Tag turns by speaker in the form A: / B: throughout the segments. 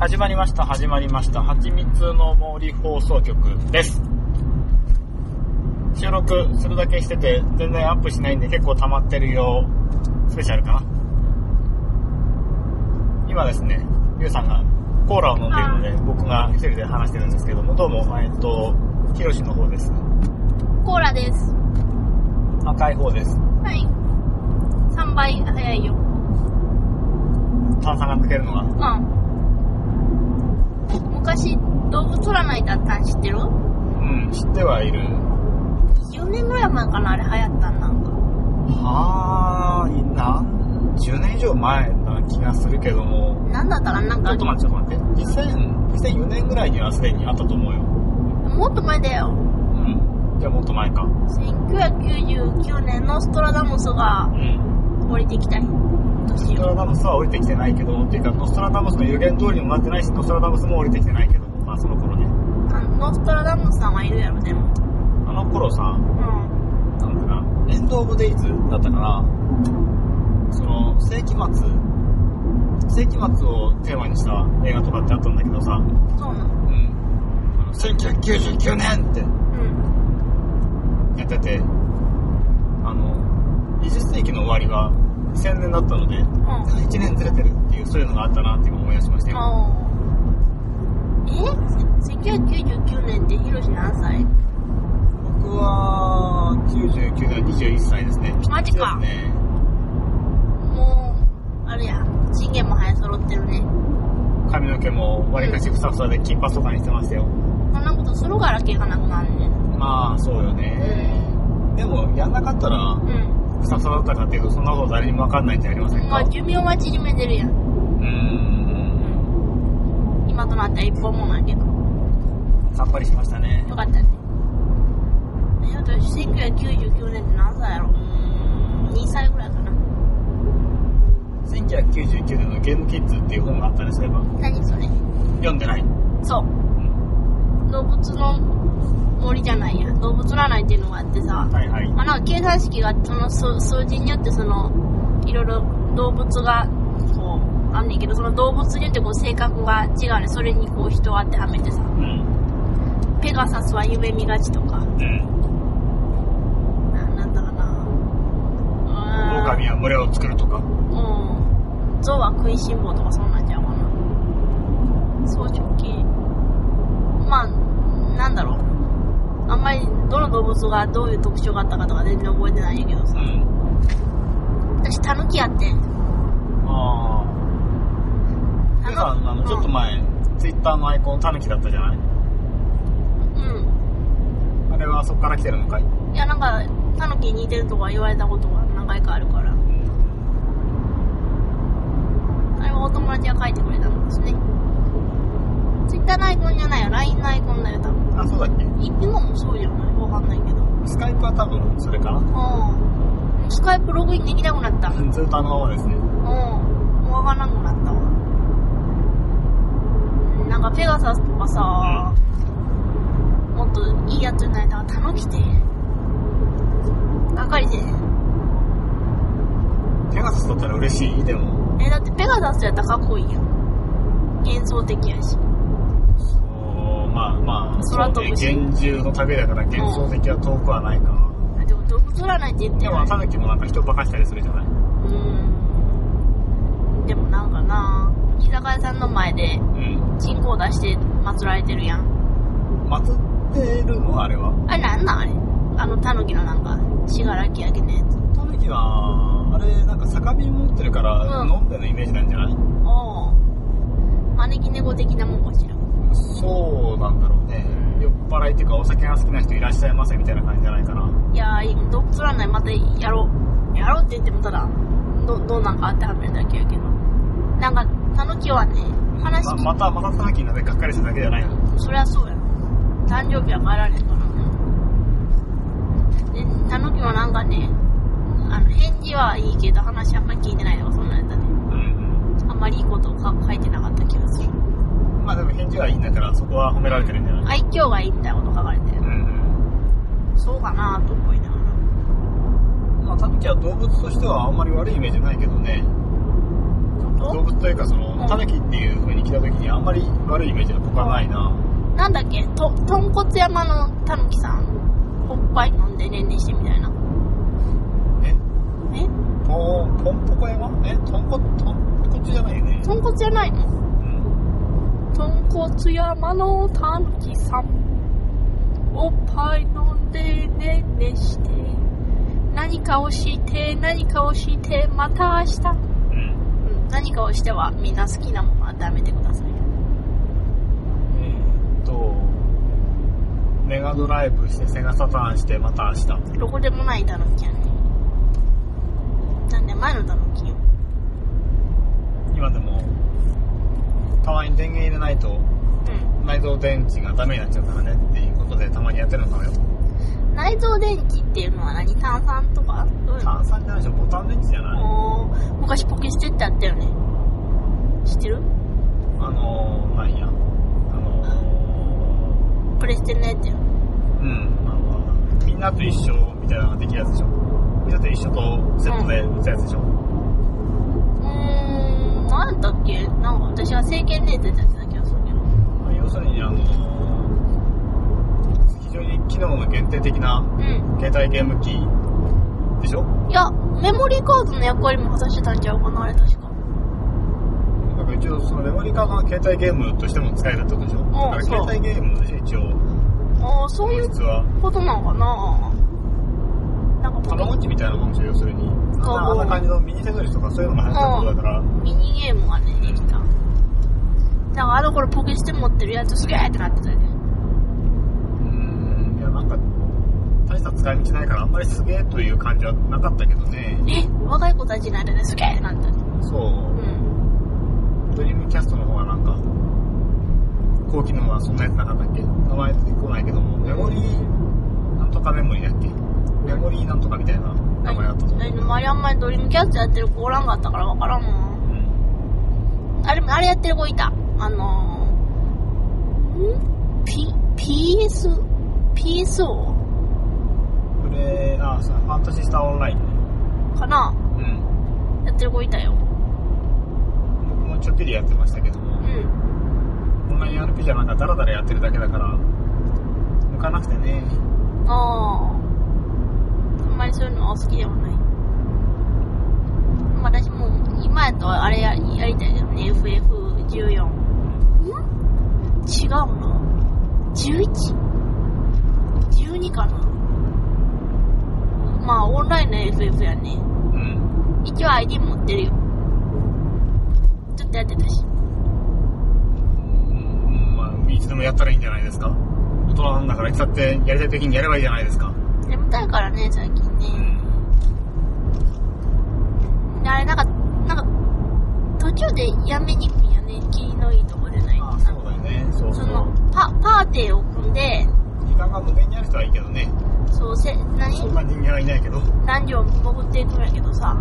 A: 始まりました始まりましたはちみつの森放送局です収録するだけしてて全然アップしないんで結構溜まってるよスペシャルかな今ですねゆうさんがコーラを飲んでいるので僕が一人で話してるんですけどもどうもえっとひろしの方です
B: コーラです。
A: 赤い方です
B: はい。3倍早いよ。
A: 炭酸が抜けるのが
B: うん。昔、動物取らないだったん知ってる
A: うん知ってはいる
B: ?4 年ぐらい前かなあれ流行ったんなんか。
A: はあいなん10年以上前な気がするけども
B: なんだったかな
A: ちょ
B: な
A: っ
B: ん
A: と
B: か、
A: 待って、ちょっと待って。2000、2004年ぐらいにはすでにあったと思うよ。
B: もっと前だよ。
A: うん。じゃあもっと前か。
B: 1999年のストラダムスが
A: うん。
B: 降りてきた
A: ノ
B: 年
A: スト
B: よ。
A: ラダムスは降りてきてないけど、っていうか、ノストラダムスの予言通りにもなってないし、ノストラダムスも降りてきてないけど、まあその頃ね。
B: あのノストラダムスさんはいるやろ、でも。
A: あの頃さ、な
B: うん。
A: んだかな、エンド・オブ・デイズだったから、その、世紀末、世紀末をテーマにした映画とかってあったんだけどさ、
B: そうなの。
A: うん。あの1999年って
B: うん。
A: やってて、あの、20世紀の終わりが2000年だったので、
B: うん。
A: 1年ずれてるっていう、そういうのがあったなって今思い出しましたよ。
B: あーえ ?1999 年ってヒロシ何歳
A: 僕は、99年21歳ですね。
B: マジか
A: ですね。
B: もう、あれや、信玄も生え揃ってるね。
A: 髪の毛もわりかしふさふさで金髪とかにしてましたよ。
B: こんなことするから毛がなくなんねん。
A: まあ、そうよね。でも、やんなかったら、
B: うん。
A: ふさふさだったかっていうと、そんなこと誰にもわかんないんじゃありません
B: ま
A: か
B: あ寿命は縮めてるやん。
A: うーん。
B: 今となっては一本もないけど。
A: さっぱりしましたね。
B: よかったね。え、私、1999年って何歳やろうーん、2歳ぐらいかな。
A: 1999年のゲームキッズっていう本があったりすれば、
B: 何それ
A: 読んでない。
B: そう。動物の森じゃないや。動物占いっていうのがあってさ。
A: はいはい。
B: まあ、なんか計算式がその数数字によってそのいろいろ動物がこうあんねんけどその動物によってこう性格が違うねそれにこう人を当てはめてさ
A: うん。
B: ペガサスは夢見がちとか
A: うん。
B: ななんだかなうーん
A: 狼は群れを作るとか。
B: うんゾウは食いしん坊とかそんなんちゃうかな草食系まあなんだろうあんまりどの動物がどういう特徴があったかとか全然覚えてないんやけど
A: う
B: さ
A: ん。
B: 私タヌキやってん
A: ああ。ゆうさん、あの、ちょっと前、ツイッターのアイコン、タヌキだったじゃない
B: うん。
A: あれはそこから来てるのかい
B: いや、なんか、タヌキに似てるとか言われたことが何回かあるから。あれはお友達が書いてくれたもんですね。ツイッターのアイコンじゃないよ。LINE のアイコンだよ、多分。
A: あ、そうだっけ
B: い今もそうじゃないわかんないけど。
A: スカイプは多分、それかな。
B: うん。スカイプログインできなくなった。うん。
A: ずっとあのままですね。
B: もうわからなくなったわ。うんなんか、ペガサスとかさ、もっといいやつになれたら、タヌキて。がっかりせえへん。
A: ペガサスだったら嬉しい。でも、
B: えだってペガサスやったらかっこいいやん幻想的やし
A: そう、まあまあ、
B: 空飛ぶし
A: そうね幻獣の旅だから幻想的は遠くはないか。
B: でも動物占いって言って
A: でも、
B: ない
A: タヌキもなんか人ばかしたりするじゃないう
B: ーんでもなんかな居酒屋さんの前で
A: うん。
B: チンコを出して祀られてるやん
A: 祀ってるのあれは。
B: あれなんなんあれあのタヌキのなんか信楽焼けのやつ
A: タヌキは、あれ、なんか酒瓶持ってるから、
B: うん
A: 飲んでるイメージなんじゃない
B: おお招き猫的なもんかしら
A: そうなんだろうね。酔っ払いっていうか、お酒が好きな人いらっしゃいませみたいな感じじゃないかな。
B: いやー動物占いまたやろうやろうって言ってもただどどうなんか当てはめるだけやけどなんかタヌキはね話聞
A: ま
B: く
A: また、またタヌキになってがっかりするだけじゃないの。
B: そりゃそうや誕生日は帰られへんからねでタヌキはなんかねあの返事はいいけど話あんまり聞いてないとかそんなんやったね
A: うん
B: あんまりいいことをか書いてなかった気がする
A: うん。まあでも返事はいいんだから、そこは褒められてるんじゃない
B: 愛嬌がいいみたいなこと書かれて
A: うん
B: そうかなと思いながら
A: うん。まあ、タヌキは動物としてはあんまり悪いイメージないけどね。
B: ちょっと
A: 動物というかその、
B: うん
A: タヌキっていう風に来た時にあんまり悪いイメージが僕はないな。
B: なんだっけと、豚骨山のたぬきさん。おっぱい飲んでねんねしてみたいな。
A: え
B: え
A: ポン、ポンポコ山えトンコ、トンコチじゃないよね。
B: 豚骨じゃないの
A: うん。
B: 豚骨山のたぬきさん。おっぱい飲んでねんねして。何かをして、何かをして、また明日。
A: うん。
B: うん、何かをしてはみんな好きなものはダメてください。
A: えーっと、メガドライブして、セガサターンして、また明日。
B: どこでもないだろきやね。なんで前のだろきよ。
A: 今でも、たまに電源入れないと、
B: う
A: 内蔵電池がダメになっちゃうからねっていうことでたまにやってるのかもよ。
B: ん。内蔵電池っていうのは何炭酸とかどういうの
A: 炭酸じゃないでしょ、ボタン電池じゃない
B: おー昔ポケステってあったよね。知ってる
A: あのー、なんや。あの
B: プレステのやつ
A: ー、うん、
B: よ。
A: あのみんなと一緒みたいなのができるやつでしょ。みんなと一緒とセットで打つやつでしょ。
B: うーん、なんだっけなんか私は政権で出たやつだけど、それど。
A: まあ要するに、あのー、非常に機能の限定的な
B: う
A: 携帯ゲーム機でしょ
B: ん。いや、メモリーカードの役割も果たしてたんちゃうかなあれ確か。
A: なんか一応そのメモリカードの携帯ゲームとしても使えるってことでしょだから
B: そう
A: 携帯ゲームでしょ一応
B: ああ、そういう
A: 実は
B: ことなのかななんか
A: た
B: ポケ
A: ま
B: モ
A: ごっ
B: ン
A: ちみたいなもんでしょ要するにあんなあんな感じのミニセドリスとかそういうのも流行ったことだから
B: ミニゲームがね、できた。だからあの頃ポケして持ってるやつすげーってなってたよね。
A: うんいやなんか大した使い道ないからあんまりすげえという感じはなかったけどね
B: え、若い子たちの間ですげーってなったね。
A: そう
B: うん。
A: ドリームキャストの方はなんか後期の方はそんなやつなかったっけ名前出てこないけどもメモリーなんとかメモリーだっけメモリーなんとかみたいな名前だったと思う、
B: え、周りあんまりドリームキャストやってる子おらんかったからわからんもん。あれ、あれやってる子いた。あのー、ん ?P、PS、PSO?
A: うん、これあそうファンタシスタオンラインね
B: かな
A: うん
B: やってる子いたよ。
A: 僕もちょっぴりやってましたけど
B: う
A: も
B: ん。
A: オンライン RPG はなんかダラダラやってるだけだから向かなくてね
B: あー。あんまりそういうのは好きではない。まあ私も今やとあれややりたいけどね、FF14。ん違うな。11?12 かな。まあ、オンラインの FF やね。
A: うん
B: 一応 ID 持ってるよ。ちょっとやってたし。
A: うんまあいつでもやったらいいんじゃないですか大人なんだからいつだってやりたい時にやればいいじゃないですか
B: 眠たいからね、最近
A: う
B: ね。
A: ん
B: あれ、なんか、なんか、途中でやめにくいよね。気のいいとこでないと
A: あ
B: な
A: あそうだよねそうそ
B: そうの、パ、パーティーを組んで、
A: 時間が無限にある人はいいけどね
B: そう、せ、何
A: そんな人間はいないけど
B: 男女潜っていくんやけどさ、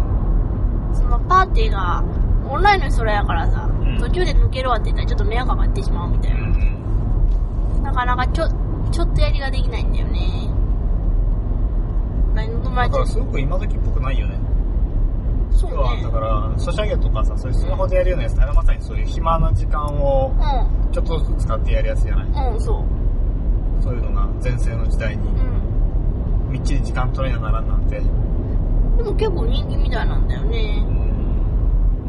B: そのパーティーがオンラインの人らやからさ、
A: ん
B: 途中で抜けるわって言ったらちょっと迷惑がかってしまうみた
A: う
B: いな。
A: ん
B: なかなかちょ、ちょっとやりができないんだよね。何の友
A: だから
B: 達
A: すごく今時っぽくないよね
B: そう
A: 今は
B: ね
A: だ。からソシャゲとかさそういうスマホでやるようなやつあれまさにそういう暇な時間をちょっとずつ使ってやるやつじゃない
B: うん、うん、そう。
A: そういうのが前世の時代に
B: うん。
A: みっちり時間取りながらなんて
B: でも結構人気みたいなんだよね。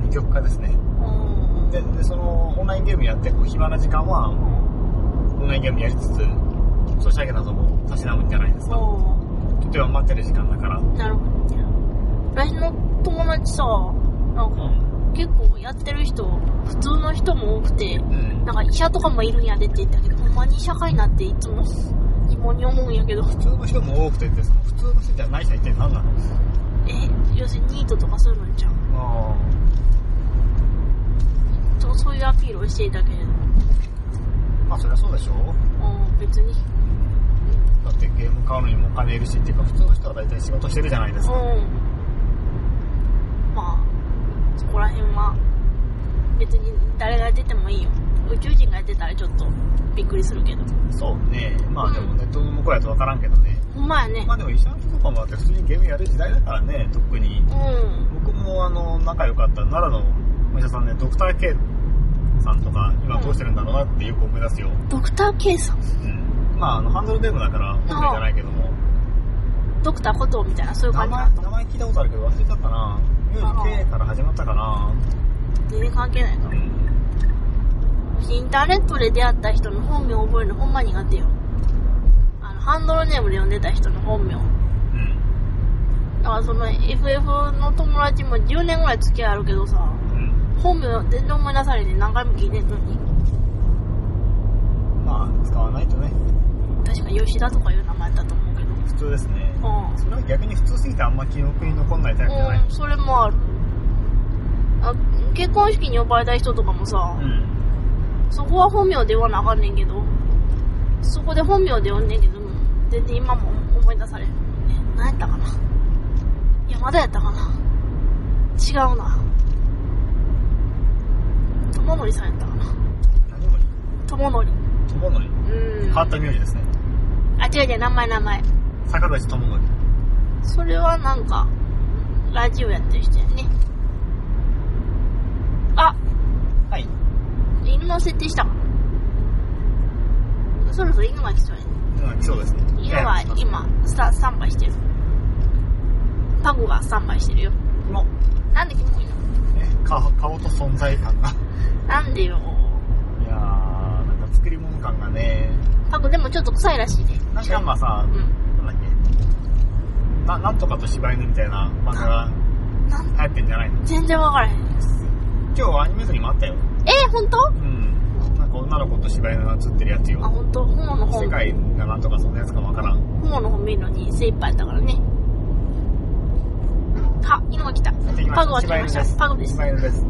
A: 二極化ですね
B: うん。
A: ででそのオンラインゲームやってこう暇な時間は
B: うん
A: オンラインゲームやりつつソシャゲなどもたしなむんじゃないですか
B: そ
A: ちょっと余ってる時間だから
B: う。なるほどね。私の友達さ、なんか結構やってる人、普通の人も多くて、
A: うん
B: なんか医者とかもいるんやでって言ったけど、ほんまに医者かいなっていつも疑問に思うんやけど、
A: 普通の人も多くてってその普通の人じゃない人は一体何なの
B: え、要するにニートとかそういうのじゃん。
A: あ
B: そうそういうアピールをしていたけれど、
A: あまあそりゃそうでしょ
B: うん、別に、
A: だってゲーム買うのにもお金いるしっていうか普通の人は大体仕事してるじゃないですか
B: うん。まあ、そこら辺は、別に誰が出てもいいよ。宇宙人が出たらちょっとびっくりするけど。
A: そうねまあでもネットの向こうやと分からんけどね
B: ほんまやね
A: ま。あでも医者の人とかもだって普通にゲームやる時代だからね特に
B: うん。
A: 僕もあの仲良かった奈良のお医者さんねドクター K さんとか今どうしてるんだろうなってよく思い出すよ、
B: ドクター K さん
A: うん、まああのハンドルネームだから本名じゃないけども
B: ドクターコトーみたいなそういう
A: 名
B: 感じ
A: 前
B: な
A: 名前聞いたことあるけど忘れちゃったな名字 K から始まったかな
B: 全然関係ないか
A: う
B: ら
A: ん
B: インターネットで出会った人の本名覚えるのほんま苦手よあのハンドルネームで呼んでた人の本名
A: うん
B: だからその FF の友達も10年ぐらい付き合いあるけどさ
A: うん
B: 本名全然思い出されて何回も聞いてんのに
A: まあ使わないとね
B: 確か吉田とかいう名前だったと思うけど
A: 普通ですね
B: うん
A: それは逆に普通すぎてあんま記憶に残んないタイプじゃない
B: うん、それもあるあ結婚式に呼ばれた人とかもさ、
A: うん
B: そこは本名で言わなあかんねんけどそこで本名で呼んねんけど全然今も思い出されへんえ何やったかな山田やったかな違うな友則さんやったかな
A: 何も
B: 友則
A: 友則
B: うん
A: 変わった名字ですね
B: あ違う違う名前名前
A: 坂口智則
B: それはなんか、ラジオやってる人やね。あ、
A: はい
B: 犬の設定した。そろそろ犬が来そうやね。
A: うんそうですね
B: 犬は今、スタ、スタンバイしてる。タコがスタンバイしてるよ。
A: の
B: なんでキモいの
A: 顔顔と存在感が
B: なんでよ。
A: いやーなんか作り物感がね
B: タコでもちょっと臭いらしいね。
A: なんか今さ
B: うん。
A: なんだっけななんとかと柴犬みたいな漫画が
B: なん
A: 流行ってんじゃないの
B: 全然わからへん。
A: 今日アニメにもあったよ
B: えー、ほんと
A: うんなんか女の子と柴犬が映ってるやつ
B: あ、
A: よ
B: ほんと。ホモの
A: 世
B: 本、
A: 界がなんとかそんなやつかもわからん
B: ホモの本見るのに精一杯やったからね。あ、犬が来た。
A: てきました
B: パグが来
A: 柴
B: まし
A: 犬です
B: た。パグで す。
A: 柴犬です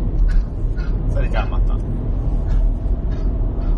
A: それじゃあまた